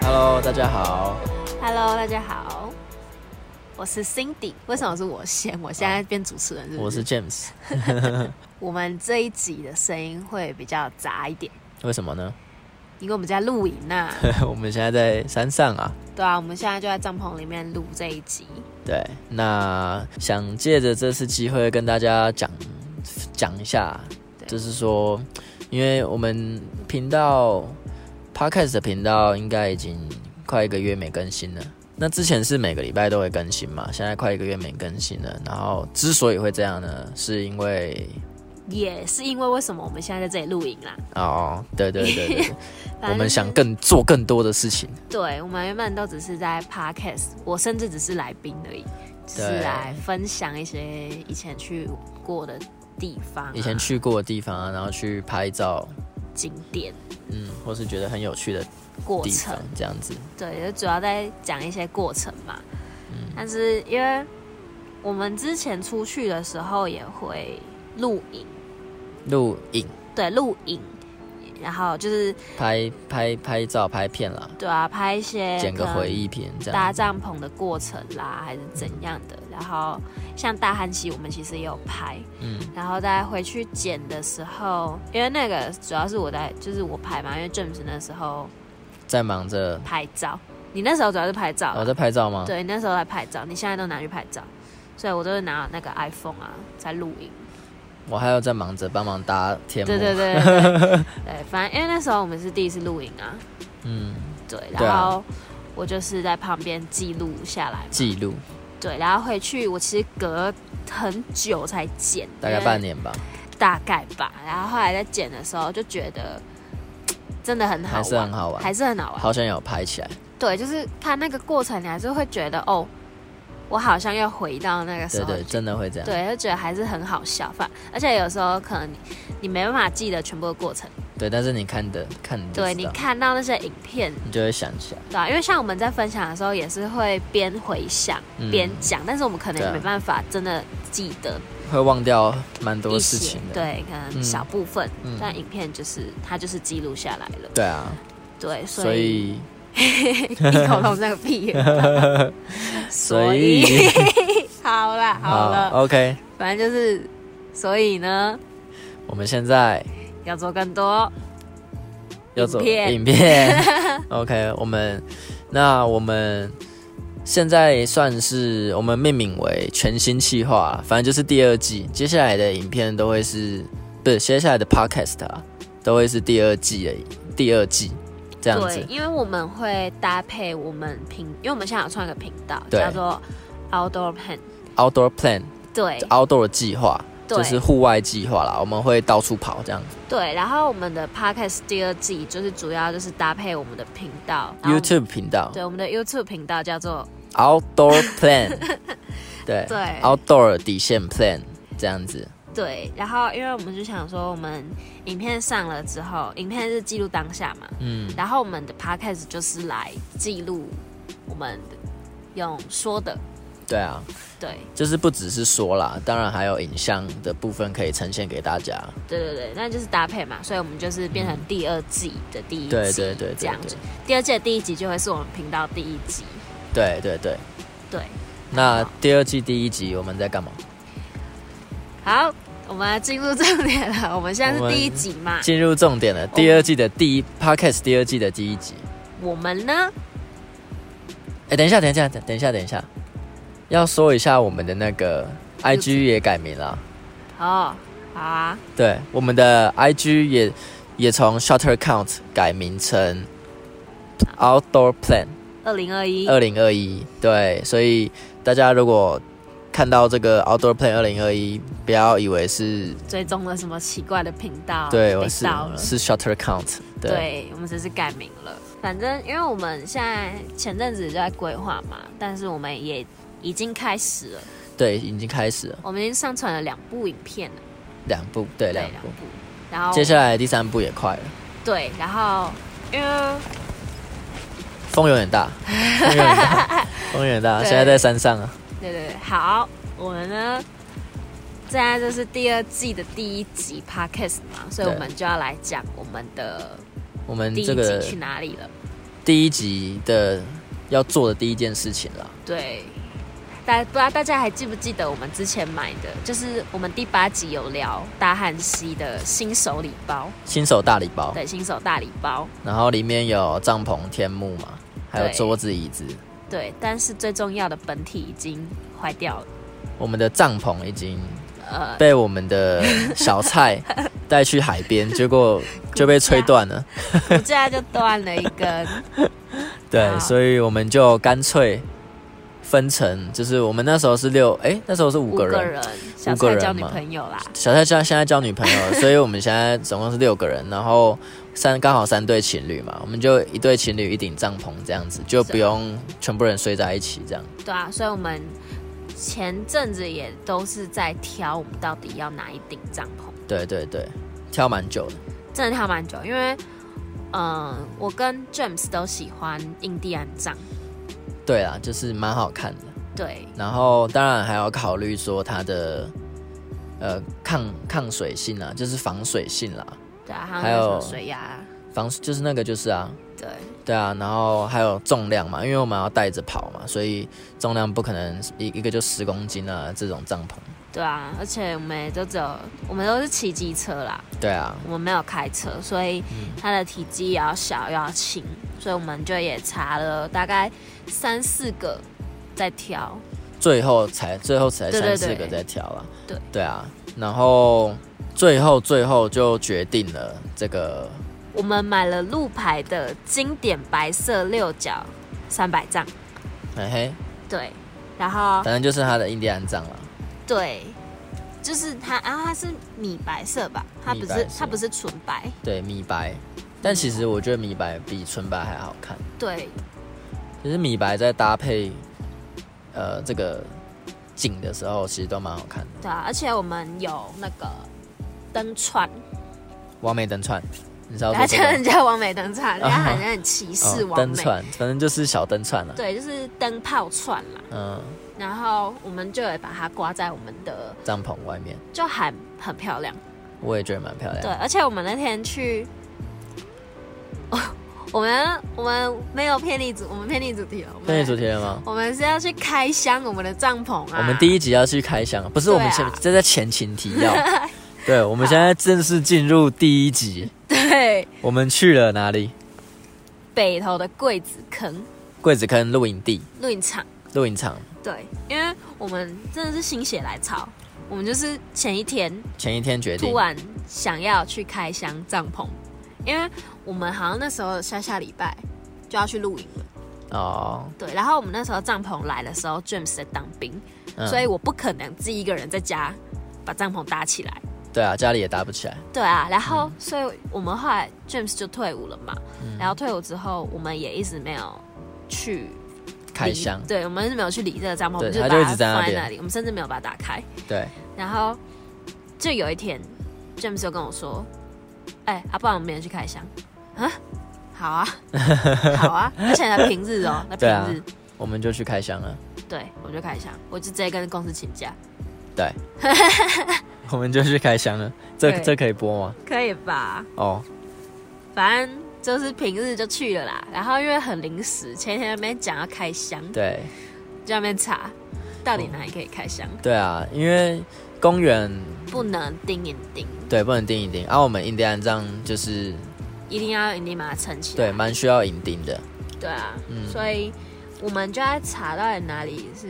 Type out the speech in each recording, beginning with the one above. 大家好。 Hello，大家好，我是 Cindy。为什么是我先？我现在变主持人是不是？我是 James，我们这一集的声音会比较杂一点，为什么呢？ 因为我们在露营呐、我们现在在山上啊， 对啊，我们现在就在帐篷里面录这一集。对，那想借着这次机会跟大家讲讲一下，对就是说，因为我们频道 Podcast 的频道应该已经快一个月没更新了。那之前是每个礼拜都会更新嘛，现在快一个月没更新了。然后之所以会这样呢，是因为也是因为为什么我们现在在这里露营啦？哦，对对对对对，反正我们想就是更做更多的事情。对，我们原本都只是在 podcast，我甚至只是来宾而已，只是对来分享一些以前去过的地方啊、以前去过的地方啊，然后去拍照，景点嗯，或是觉得很有趣的过地程方，，这样子。对，就主要在讲一些过程嘛。嗯但是因为我们之前出去的时候也会露营，录影、对，露营，然后就是拍拍拍照、拍片啦，对啊，拍一些剪个可能回忆片这搭样。帐篷的过程啦，还是怎样的。然后像大汉溪，我们其实也有拍，嗯，然后再回去剪的时候，因为那个主要是我在，就是我拍嘛，因为 James 那时候在忙着，拍照，你那时候主要是拍照啦，我、在拍照吗？啊对，那时候在拍照，你现在都拿去拍照，所以我都是拿那个 iPhone 啊在录影。我还有在忙着帮忙搭天幕。对对对对对对，反正因为那时候我们是第一次录影啊，嗯，对，对然啊后我就是在旁边记录下来嘛，记录对，然后回去我其实隔很久才剪，大概因为半年吧，大概吧，然后后来在剪的时候就觉得真的很好玩，还是很好玩还是很好玩，好像有拍起来。对，就是看那个过程，你还是会觉得哦，我好像又回到那个时对候对，真的会这样。对，就觉得还是很好笑，反而且有时候可能你你没办法记得全部的过程，对但是你看的看你就对知你道，看到那些影片，你就会想起来。对啊，因为像我们在分享的时候也是会边回想嗯边讲，但是我们可能也对啊没办法真的记得会忘掉蛮多一事些情，的。对，可能嗯小部分，嗯但影片就是它就是记录下来了，对啊，对，所所以以 一口同那个屁， 所以好啦好了， o k 反正就是所以呢我们现在要做更多。要走影片影 片 OK，我们那我们现在算是我们命名为全新企划啦，反正就是第二季。接下来的影片都会是，不是接下来的 Podcast 啊，都会是第二季的第二季这样对子，。因为我们会搭配我们频，因为我们现在有创一个频道对叫做 Outdoor Pen， Outdoor Plan 对 Outdoor 的计划对、啊就是户外计划啦，我们会到处跑这样。对。然后我们的 Podcast 第二季就是主要就是搭配我们的频道然后 YouTube 频道对我们的 YouTube 频道叫做 Outdoor Plan，对对 Outdoor 底线 Plan 这样子。对。然后因为我们就想说，我们影片上了之后，影片是记录当下嘛，嗯，然后我们的 Podcast 就是来记录我们用说的，对啊。对。就是不只是说啦，当然还有影像的部分可以呈现给大家。对对对，那就是搭配嘛，所以我们就是变成第二季的第一集，对对对这对样子。第二季的第一集就会是我们频道第一集，对对对。对。那第二季第一集我们在干嘛？好，我们来进入正点了，我们现在我是们第一集嘛，进入重点了，第二季的第一 podcast 第二季的第一集。我们呢，哎，等一下，等一下，等等一下，等一下，要说一下我们的那个 IG 也改名了。哦，好啊，对，我们的 IG 也也从 Shutter Count 改名成 Outdoor Plan。二零二一，二零二一，对，所以大家如果看到这个 Outdoor Plan 二零二一，不要以为是追踪了什么奇怪的频道，对，啊被我是盗了。是 Shutter Count，对，对，我们只是改名了。反正因为我们现在前阵子就在规划嘛，但是我们也已经开始了，对已经开始了我们已经上传了两部影片了，两部，对两两部，部。然后接下来第三部也快了，对，然后因为风有点 大，风有点大，风有点大，对现在在山上啊，对对对，好，我们呢，现在这是第二季的第一集 podcast 嘛，所以对我们就要来讲我们的我们第一这个嗯集去哪里了。第一集的要做的第一件事情啦。对，大不知道大家还记不记得我们之前买的，就是我们第八集有聊大汉西的新手礼包，新手大礼包，对，新手大礼包，然后里面有帐篷、天幕嘛，还有对桌子、椅子。对，但是最重要的本体已经坏掉了，我们的帐篷已经呃，被我们的小 菜带去海边，结果就被吹断了。骨架就断了一根，对，好所以我们就干脆分成，就是我们那时候是六，哎、那时候是 五五个个人。人，小五个蔡人交女嘛朋友啦，小蔡交现在交女朋 友了，所以我们现在总共是六个人，然后三刚好三对情侣嘛，我们就一对情侣一顶帐篷这样子，就不用全部人睡在一起这样。对啊，所以我们前阵子也都是在挑我们到底要哪一顶帐篷。对对对，挑蛮久的。真的跳蛮久，因为嗯、呃我跟 James 都喜欢印第安帐，对啦，就是蛮好看的。对然后当然还要考虑说它的呃抗抗水性啊，就是防水性啦，对啊，还还有那个什有么水牙，防就是那个就是啊，对对啊，然后还有重量嘛，因为我们要带着跑嘛，所以重量不可能一一个就十公斤啊这种帐篷。对啊，而且我们也都只有我们都是骑机车啦，对啊，我们没有开车，所以它的体积也要小又要轻，所以我们就也查了大概三四个在挑，最后才最后才对对三四对个在挑啦。对对啊，然后最后最后就决定了这个我们买了路牌的经典白色六角三百丈，嘿嘿，对，然后反正就是它的印第安帐啦。对，就是它，然、后它是米白色吧，它不米白是色它不是纯白，对，米白，但其实我觉得米白比纯白还好看。对其实米白在搭配呃这个景的时候，其实都蛮好看的。对啊，而且我们有那个灯串，完美灯串，你知道他说这叫人个家完美灯串，人家好像很歧视哦完灯美，串，反正就是小灯串了、啊。对，就是灯泡串啦。嗯，然后我们就也把它挂在我们的，帐篷外面就还很漂亮。我也觉得蛮漂亮对，的。而且我们那天去， 我们我们没有偏离主，我们偏离主题哦了。我们那你主题了吗？我们是要去开箱我们的帐篷啊。我们第一集要去开箱，不是对啊我们前这在前情提要。对，我们现在正式进入第一集。 对我们去了哪里？北头的柜子坑柜子坑露营地、录影场，露营场。对，因为我们真的是心血来潮，我们就是前一天前一天决定突，然想要去开箱帐篷，因为我们好像那时候下下礼拜就要去露营了，哦，对，然后我们那时候帐篷来的时候，James 在当兵，嗯所以我不可能自己一个人在家把帐篷搭起来，对啊，家里也搭不起来，对啊，然嗯后所以我们后来 James 就退伍了嘛，然后退伍之后，我们也一直没有去开箱理，对，我们是没有去理这个帐篷，我对们就它把就一它直在那放在边那里，我们甚至没有把它打开。对，然后就有一天，James 就跟我说：“哎、啊，不然我们明天去开箱嗯啊？好啊， 好啊，而且在平日哦，那平对啊日，我们就去开箱了，对,、我就开箱，我就直接跟公司请假，对，我们就去开箱了，这对这可以播吗？可以吧？哦，反正就是平日就去了啦。然后因为很临时，前一天那边讲要开箱，对就在那边查到底哪里可以开箱，对啊，因为公园不能叮一叮，对不能钉一钉，啊，我们印第安帐就是一定要一定把它撑起来。对嗯蛮需要银钉的，对啊，所以我们就在查到底哪里是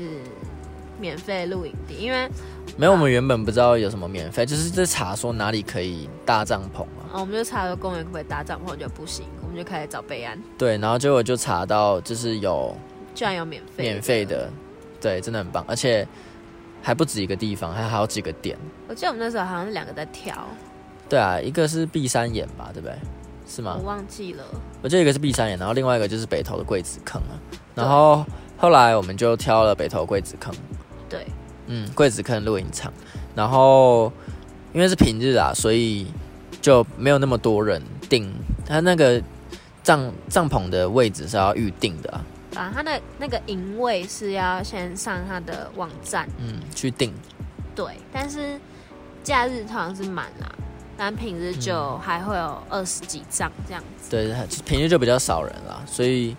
免费露营地，因为、没有我们原本不知道有什么免费，就是在查说哪里可以搭帐篷啊，呃我们就查说公园可不可以搭帐篷，就不行，我们就开始找备案，对，然后结果就查到就是有居然有免费免费。的，对，真的很棒，而且还不止一个地方，还好几个点。我记得我们那时候好像是两个在挑，对啊，一个是碧山岩吧，对不对？是吗我？忘记了。我记得一个是碧山岩，然后另外一个就是北投的桂子坑啊。然后后来我们就挑了北投桂子坑，对，嗯，桂子坑露营场。然后因为是平日啊，所以就没有那么多人订。它那个帐帐篷的位置是要预定的、啊，啊，他那那个营位是要先上他的网站，嗯嗯，去订。对，但是假日通常是满啦、啊但平日就嗯还会有二十几张这样 子。对，平日就比较少人啦，所以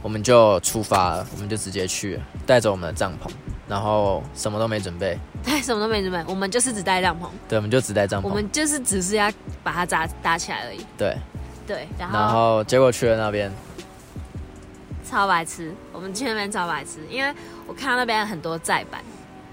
我们就出发了，我们就直接去了，带着我们的帐篷，然后什么都没准备，对，什么都没准备，我们就是只带帐篷，对，我们就只带帐我篷，们就是只是要把它搭搭起来而已。对，对，然后然后结果去了那边，超白痴，我们去那边超白痴，因为我看到那边很多站板，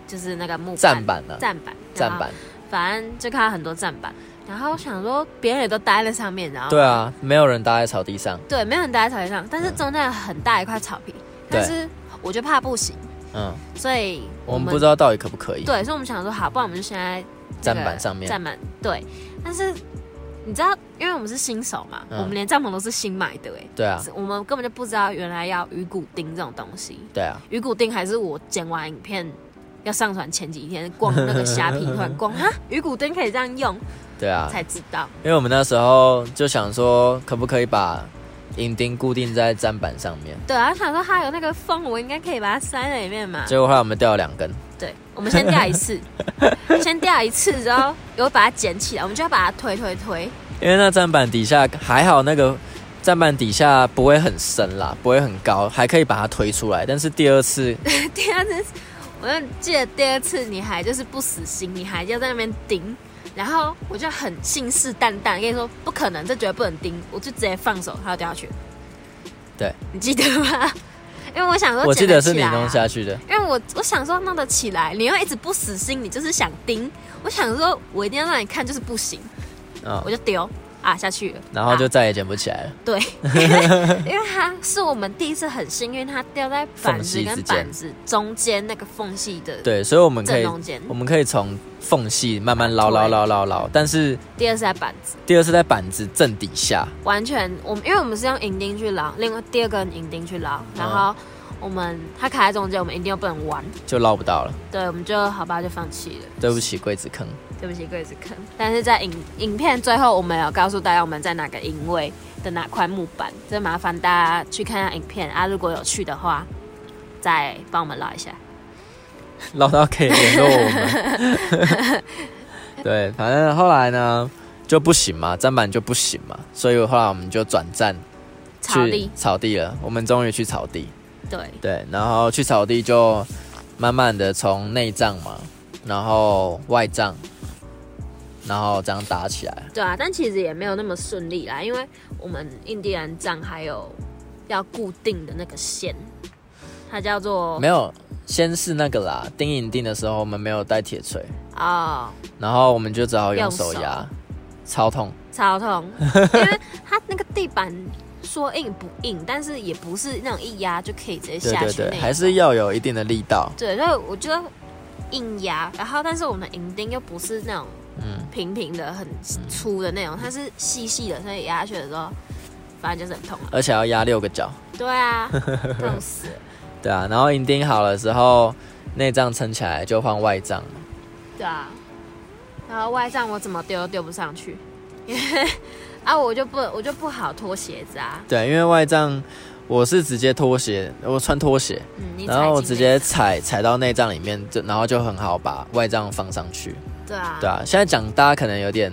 就是那个木站板呢、站板，啊站然后板，反正就看到很多站板，然后想说别人也都待在上面，然后对啊，没有人搭在草地上，对，没有人待在草地上，但是中间有很大一块草皮，但是我就怕不行，嗯，所以我们不知道到底可不可以，对，所以我们想说好，不然我们就现在站板上面，站板对，但是你知道，因为我们是新手嘛，嗯我们连帐篷都是新买的哎、对啊，我们根本就不知道原来要鱼骨钉这种东西，对啊，鱼骨钉还是我剪完影片要上传前几天逛那个虾皮，突然 逛哈鱼骨钉可以这样用，对啊，才知道。因为我们那时候就想说，可不可以把银钉固定在站板上面，对啊，想说它有那个缝，我应该可以把它塞在里面嘛。结果后来我们掉了两根，对，我们先掉 一次，先掉一次之后，有把它捡起来，我们就要把它推推推。因为那站板底下还好，那个站板底下不会很深啦，不会很高，还可以把它推出来。但是第二次， 第二次，我就记得第二次你还就是不死心，你还就在那边盯，然后我就很信誓旦旦跟你说不可能，这绝对不能盯，我就直接放手，它就掉下去了。对，你记得吗？ 因为我想说、我记得是你捡起来啊弄下去的，因为我我想说弄得起来，你又一直不死心，你就是想盯。我想说，我一定要让你看，就是不行，嗯我，就丢啊下去了。然后就啊再也捡不起来了。对，因为因为它是我们第一次很幸运，它掉在板缝子隙跟之间板子中间那个缝隙的对，所以我们可正以，中间。我们可以从缝隙慢慢捞捞捞捞捞，但是第二次在板子，第二次在板子正底下，完全我们因为我们是用银钉去捞，另外第二根银钉去捞，然后我们它卡在中间，我们一定又不能玩，就捞不到了，对，我们就好吧就放弃了。对不起，柜子坑。 对不起，柜子坑。但是在影影片最后，我们有告诉大家我们在哪个营位的哪块木板，这麻烦大家去看一下影片啊。如果有去的话，再帮我们捞一下。唠到可以联络我们。 对，反正后来呢就不行嘛，砧板就不行嘛，所以后来我们就转战草去地，草地了。我们终于去草地，对，对，然后去草地就慢慢的从内帐嘛，然后外帐，然后这样打起来。对啊，但其实也没有那么顺利啦，因为我们印第安杖还有要固定的那个线，它叫做没有，先是那个啦，钉影钉的时候我们没有带铁锤，哦，然后我们就只好用用手手压，超痛。超痛，因为它那个地板说硬不硬，但是也不是那种一压就可以直接对下对去那对，种还是要有一定的力道。对，所以我觉得硬压，然后但是我们的银钉又不是那种嗯平平的、很粗的那种，它是细细的，所以压下去的时候，反正就是很痛啊。而且要压六个角。对啊，痛死了。对啊，然后银钉好了之后，内脏撑起来就换外脏。对啊，然后外帐我怎么丢都丢不上去， 因为啊我就不我就不好脱鞋子啊，对，因为外脏我是直接拖鞋，我穿拖鞋，嗯，你然后我踩进直那接个踩踩到内脏里面，就然后就很好把外脏放上去。对啊，对啊，现在讲大家可能有点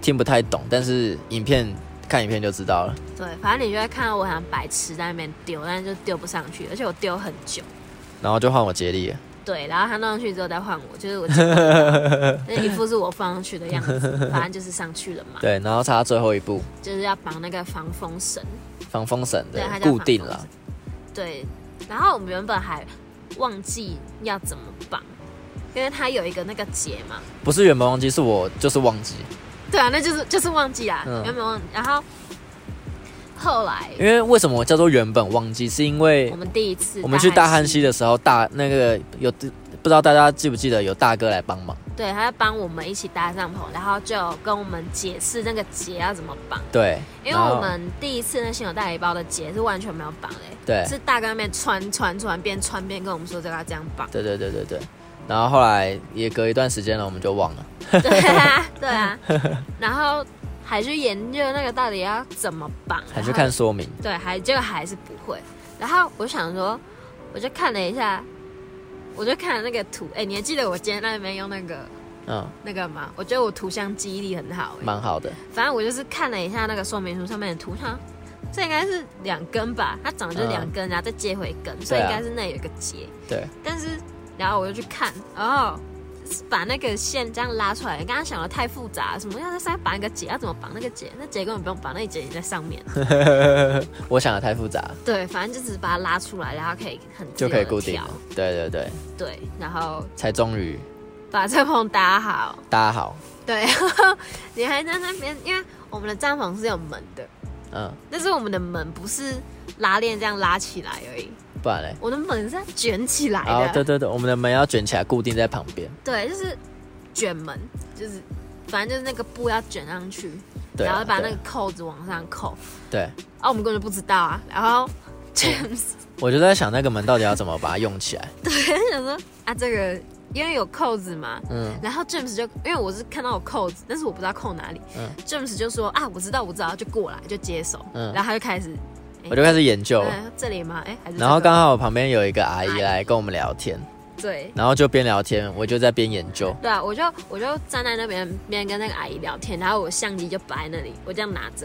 听不太懂，但是影片看影片就知道了。对，反正你就会看到我好像白痴在那边丢，但是就丢不上去，而且我丢很久。然后就换我接力了，对，然后他弄上去之后再换我，就是我接不到那一副是我放上去的 样子，反正就是上去了嘛，对，然后差最后一步就是要绑那个防风绳，防风绳的对，它叫固定防了风，对。然后我们原本还忘记要怎么绑，因为它有一个那个结嘛，不是原本忘记，是我就是忘记， 对啊，那就是就是忘记啦，嗯原本忘，然后后来因为为什么我叫做原本忘记，是因为我们第一次我们去大汉溪，溪的时候，大那个有不知道大家记不记得有大哥来帮忙？对，他帮我们一起搭帐篷，然后就跟我们解释那个结要怎么绑。对，因为然后我们第一次那新手大礼包的结是完全没有绑的、对。是大哥那边穿穿穿边穿边跟我们说这个要这样绑 对对对对对，然后后来也隔一段时间了，我们就忘了。对啊，对啊，然后还去研究那个到底要怎么绑，还去然看后说明，对，还结果还是不会。然后我想说，我就看了一下，我就看了那个图，哎、你还记得我今天在那边用那个嗯，那个嘛，我觉得我图像记忆力很好、欸。蛮好的。反正我就是看了一下那个说明书上面的图，哈，这应该是两根吧，它长得就是两根，然后再接回一根，所以嗯对应啊该是那里有一个结。对，但是然后我就去看，然后把那个线这样拉出来，刚刚想的太复杂了，什么要在上面绑一个结，要怎么绑那个结？那结根本不用绑，那结已经在上面了。我想的太复杂 了，对，反正就只是把它拉出来，然后可以很自就由可以地固定跳了。对对对，对，然后才终于把帐篷搭好。大家好，对，然后 你还在那边，因为我们的帐篷是有门的，嗯，但是我们的门不是拉链这样拉起来而已，不然嘞，我的门是要卷起来的。哦，对对对，我们的门要卷起来固定在旁边，对，就是卷门，就是反正就是那个布要卷上去，对啊然后把那对个啊扣子往上扣。对。啊，我们根本就不知道啊。然后 James 我就在想那个门到底要怎么把它用起来，就想说啊，这个因为有扣子嘛。嗯，然后 James 就因为我是看到有扣子，但是我不知道扣哪里。嗯 James 就说啊，我知道，我知道，就过来就接手。嗯然后他就开始，我就开始研究了。哎，这里吗？哎，还是这个哎然后刚好我旁边有一个阿阿姨姨来跟我们聊天，对然后就边聊天，我就在边研究。对啊，我就我就站在那边边跟那个阿姨聊天，然后我相机就摆在那里，我这样拿着。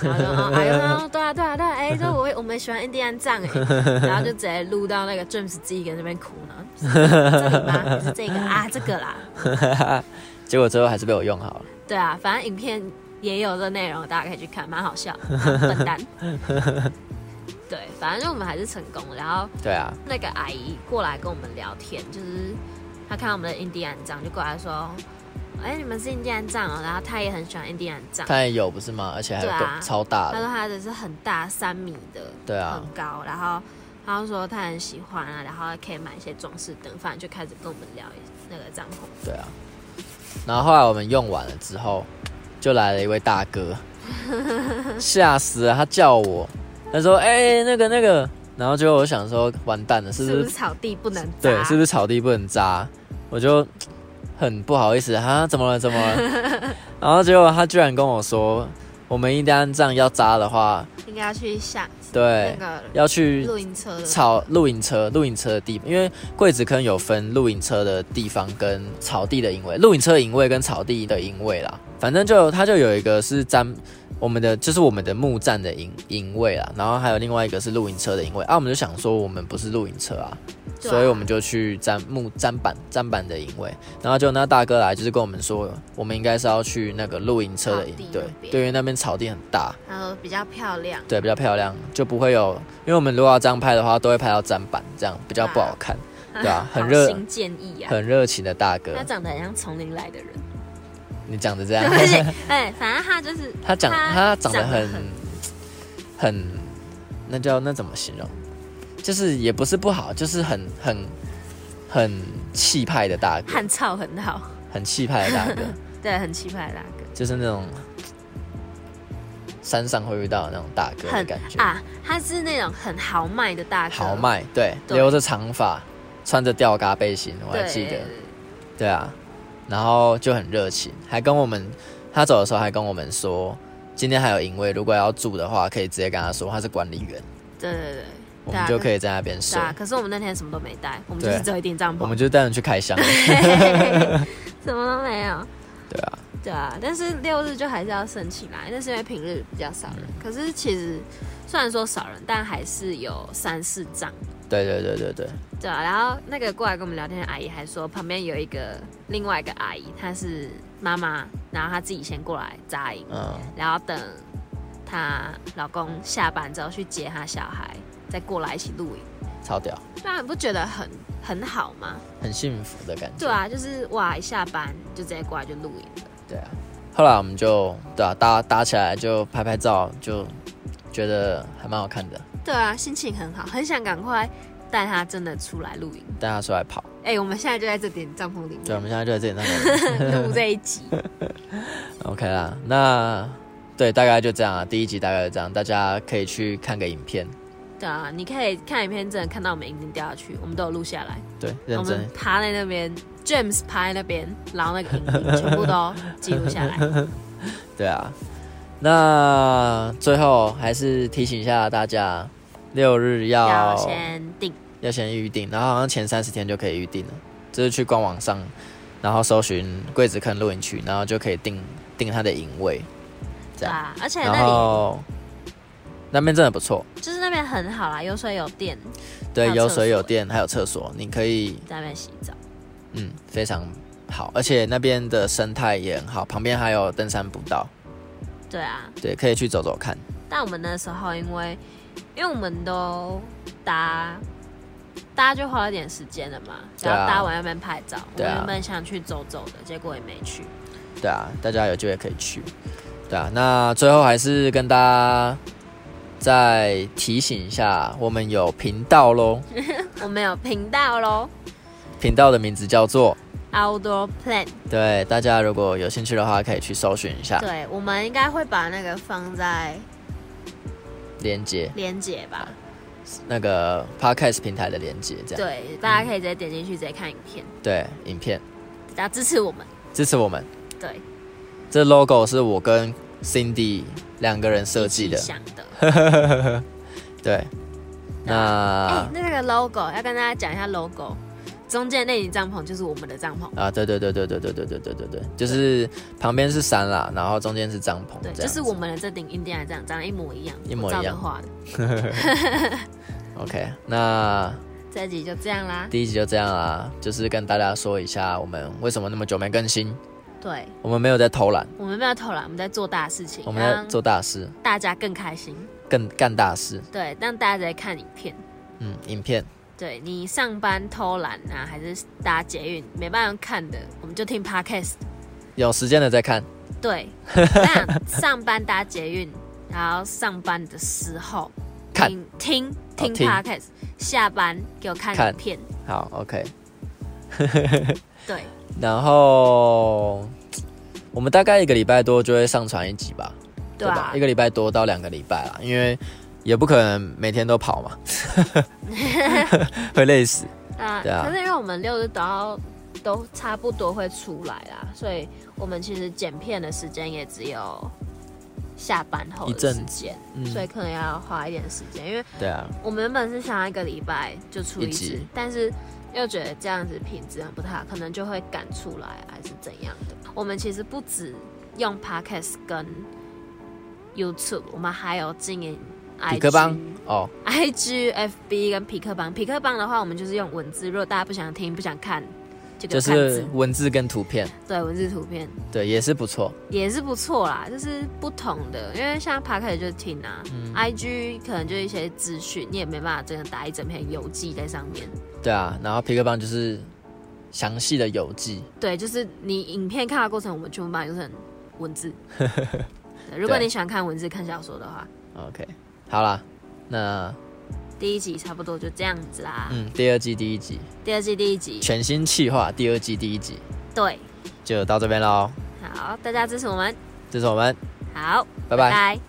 然后 就哦阿姨说哦对啊对啊对啊，哎、这我我们喜欢印第 安藏哎，然后就直接录到那个 James 自己跟那边哭呢， 这里吗？是这个啊，这个啦，结果最后还是被我用好了。对啊，反正影片也有这内容，大家可以去看，蛮 好笑，笨蛋。对，反正就我们还是成功了，然后对啊，那个阿姨过来跟我们聊天，就是她看到我们的印第安藏，就过来说：“哎、你们是印第安藏哦。”然后她也很喜欢印第安藏，它也有不是吗？而且还有对啊更超大她的。说她的是很大三米的，对啊很高。然后她就说她很喜欢啊，然后可以买一些装饰灯，反正就开始跟我们聊那个帐篷。对啊。然后后来我们用完了之后，就来了一位大 哥，吓死了！他叫我，他说：“哎、那个那个。”然后就我想说，完蛋了，是不是是不是草地不能扎？对，是不是？是草地不能扎？我就很不好意思啊，怎么了？怎么了？然后结果他居然跟我说，我们一旦这样要扎的话，应该要去下那对，个要去露营车的。草露营车露营车的地，因为贵子坑有分露营车的地方跟草地的营位，露营车营位跟草地的营位啦。反正就它就有一个是占我们的，就是我们的木站的营营位啦，然后还有另外一个是露营车的营位啊。我们就想说，我们不是露营车啊，对啊所以我们就去占木占板占板的营位，然后就那大哥来就是跟我们说，我们应该是要去那个露营车的营草地那对边，对，因为那边草地很大，然后比较漂亮，对，比较漂亮，就不会有，因为我们如果要这样拍的话，都会拍到砧板，这样比较不好看。对啊 很好热新建议啊。很热情的大哥他，长得很像丛林来的人，你讲的这 样，而且哎，反正他就是他讲他长得长很得很很，那叫那怎么形容？就是也不是不好，就是很很很气派的大哥，汉操很好，很气派的大 哥，对，很气派的大哥，就是那种山上会遇到的那种大哥的很感觉，啊，他是那种很豪迈的大哥，豪迈，对，对留着长发，穿着吊嘎背心，我对，还记得。对啊，然后就很热情，还跟我们他走的时候还跟我们说，今天还有营位，如果要住的话，可以直接跟他说他是管理员，对对对，我们对啊就可以在那边对睡，啊，可是我们那天什么都没带，我们就是对只有一顶帐我篷们，就带人去开箱。什么都没有。对啊，对啊，但是六日就还是要申请啦，那是因为平日比较少人。可是其实虽然说少人，但还是有三四张。对对对对对，对啊，然后那个过来跟我们聊天的阿姨还说，旁边有一个另外一个阿姨，她是妈妈，然后她自己先过来扎营，嗯，然后等她老公下班之后去接她小孩，再过来一起露营。超屌，对啊，你不觉得很很好吗？很幸福的感觉。对，啊，就是哇，一下班就直接过来就露营了。对啊。后来我们就对啊搭搭起来就拍拍照，就觉得还蛮好看的，对啊，心情很好，很想赶快带她真的出来露营。带他出来跑。哎、我们现在就在这点帐篷里对，我们面现在就在这里那个录这一集。 OK 啦，那对大概就这样啊，第一集大概就这样，大家可以去看个影片。对啊，你可以看影片，真的看到我们已经掉下去，我们都有录下来。对，我认真们趴在那边，James 趴在那边，然后那个影影全部都记录下 来。对啊，那最后还是提醒一下大家，六日要要先定，要先预定，然后好像前三十天就可以预定了，这是去官网上然后搜寻桂子坑露营区，然后就可以定定它的营位，这对样。啊，而且然那里后那边真的不错，就是那边很好啦，有水有电，对，还有有厕水有所电，还有厕所，你可以在那边洗澡。嗯非常好，而且那边的生态也很好，旁边还有登山步道，对啊，对，可以去走走看。但我们那时候因为因为我们都搭搭就花了点时间了嘛，对啊然后搭完要不然拍照，我对们啊原本想去走走的，结果也没去。对啊，大家有机会可以去。对啊，那最后还是跟大家再提醒一下，我们有频道喽，我们有频道喽频道的名字叫做，Outdoor Plan。对，大家如果有兴趣的话，可以去搜寻一下对，我们应该会把那个放在连接连结吧。那个 podcast 平台的连接，这样对，大家可以直接点进去，直接看影片，对影片大家支持我们。支持我们。对，这 logo 是我跟 Cindy 两个人设计一的起，想的。 对。哎、那那个 logo 要跟大家讲一下 logo，中间那顶帐篷就是我们的帐篷，啊，对对对对对对对对对对对，就是旁边是山啦，然后中间是帐篷，对，这就样子是我们的这顶印第安帐长得一模一样，一模我一样照着画的。 OK，那这集就这样啦。第一集就这样啦，就是跟大家说一下我们为什么那么久没更新，对，我们没有在偷懒，我们没有偷懒，我们在做大事情，我们在做大事，让大家更开心。更干大事。对，让大家在看影片。嗯，影片对你上班偷懒啊，还是搭捷运没办法看的，我们就听 podcast。有时间了再看。 对，那上班搭捷运，然后上班的时候看听听哦听听 podcast，下班给我看看影片。好，OK。对，然后我们大概一个礼拜多就会上传一集吧，对吧啊一，个礼拜多到两个礼拜啦，因为也不可能每天都跑 嘛， 会累死。啊对啊啊可是因为我们六日都要都差不多会出来啦，所以我们其实剪片的时间也只有下班后一的阵时子间，嗯所以可能要花一点时间，因为对啊，我们原本是想要一个礼拜就出一一集集，但是又觉得这样子品质很不太好，可能就会赶出来还是怎样的。我们其实不止用 podcast 跟 YouTube，我们还有经营 IG, 匹克邦哦， IG、FB 跟匹克邦。匹克邦的话，我们就是用文字，如果大家不想听、不想看，就给就我看字是文字跟图片，对文字图片对，也是不错。也是不错啦，就是不同的，因为像 p o d c a s 就是听啊、i 嗯 g 可能就一些资讯，你也没办法真的打一整篇游记在上面。对啊，然后皮克邦就是详细的游记，对，就是你影片看的过程，我们全部把它用成 文字。对如果对你喜欢看文字、看小说的话， OK，好啦，那第一集差不多就这样子啦。嗯，第二季第一集，第二季第一集，全新企划，第二季第一集对，就到这边喽，好，大家支持我们，这是我们，好，拜拜拜